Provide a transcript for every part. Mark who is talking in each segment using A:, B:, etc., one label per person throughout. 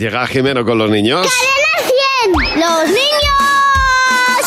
A: Llega Jimeno con los niños.
B: ¡Los niños!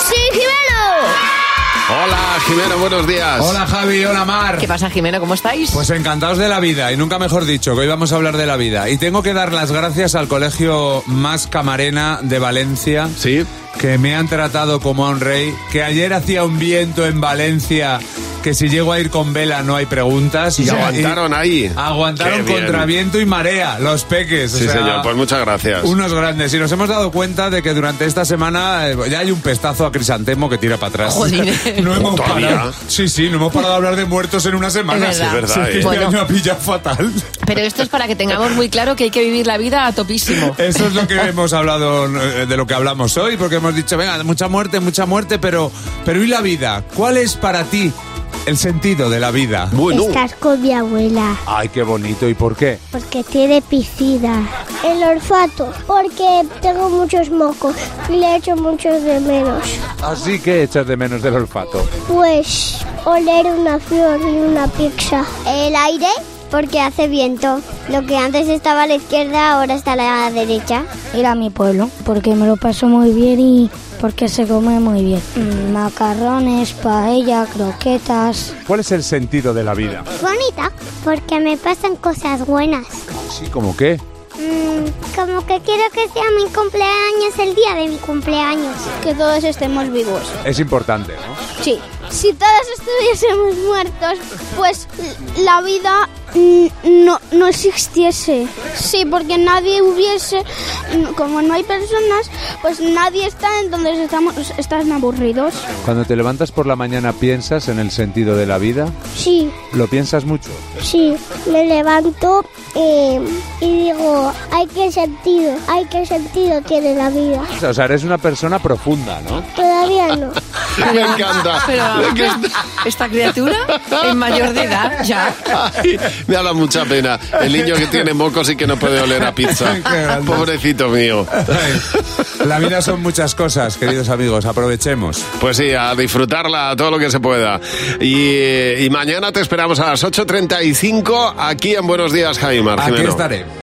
B: ¡Sí,
A: Hola, Jimeno, buenos días.
C: Hola Javi, hola Mar.
D: ¿Qué pasa, Jimeno? ¿Cómo estáis?
C: Pues encantados de la vida y nunca mejor dicho que hoy vamos a hablar de la vida. Y tengo que dar las gracias al colegio más camarena de Valencia
A: Sí.
C: que me han tratado como a un rey, que ayer hacía un viento en Valencia que si llego a ir con vela no hay preguntas.
A: Y aguantaron ahí.
C: Aguantaron
A: Qué bien.
C: contra viento y marea los peques. o
A: Sí,
C: sea,
A: señor, pues muchas gracias.
C: Unos grandes. Y nos hemos dado cuenta de que durante esta semana eh, ya hay un pestazo a Crisantemo que tira para atrás.
D: Jolines.
C: No hemos
A: Todavía.
C: parado. Sí, sí, no hemos parado de hablar de muertos en una semana.
D: Es
A: Sí,
D: verdad.
A: es verdad,
C: Si que
A: eh.
C: este
D: Bueno.
C: año ha pillado fatal.
D: Pero esto es para que tengamos muy claro que hay que vivir la vida a topísimo.
C: Eso es lo que hemos hablado, eh, de lo que hablamos hoy, porque hemos dicho, venga, mucha muerte, mucha muerte, pero, pero ¿y la vida? ¿Cuál es para ti el sentido de la vida?
A: Bueno,
B: Estás con mi abuela,
C: Ay, qué bonito, ¿y por qué?
B: porque tiene piscina. El olfato, porque tengo muchos mocos y le echo muchos de menos.
C: Así que echas de menos del olfato.
B: Pues oler una flor y una pizza. El aire, porque hace viento. Lo que antes estaba a la izquierda, ahora está a la derecha.
E: ir a mi pueblo porque me lo paso muy bien y porque se come muy bien. Mm, Macarrones, paella, croquetas.
C: ¿Cuál es el sentido de la vida?
B: Bonita, porque me pasan cosas buenas. Mm,
C: Sí, ¿como qué?
B: como que quiero que sea mi cumpleaños el día de mi cumpleaños. Que todos estemos vivos.
C: Es importante, ¿no?
B: Sí. Si todos estuviésemos muertos, pues la vida mm, no, no existiese. Sí, porque nadie hubiese, mm, como no hay personas, pues nadie está, entonces estamos, están aburridos.
C: Cuando te levantas por la mañana piensas en el sentido de la vida,
B: Sí,
C: lo piensas mucho.
B: sí, me levanto em, y digo, hay que sentido, hay que sentido tiene la vida.
C: O sea, eres una persona profunda, ¿no?
B: Todavía no.
A: me encanta.
D: Pero
A: Me
D: vamos,
A: encanta.
D: esta criatura es mayor de edad ya.
A: Ay, me da mucha pena. El niño que tiene mocos y que no puede oler a pizza.
C: Qué grande.
A: Pobrecito mío.
C: La vida son muchas cosas, queridos amigos, aprovechemos.
A: Pues sí, a disfrutarla a todo lo que se pueda. Y, y mañana te esperamos a las 8.35 aquí en Buenos Días, Jaime Mar.
C: Aquí
A: Jimeno.
C: estaré.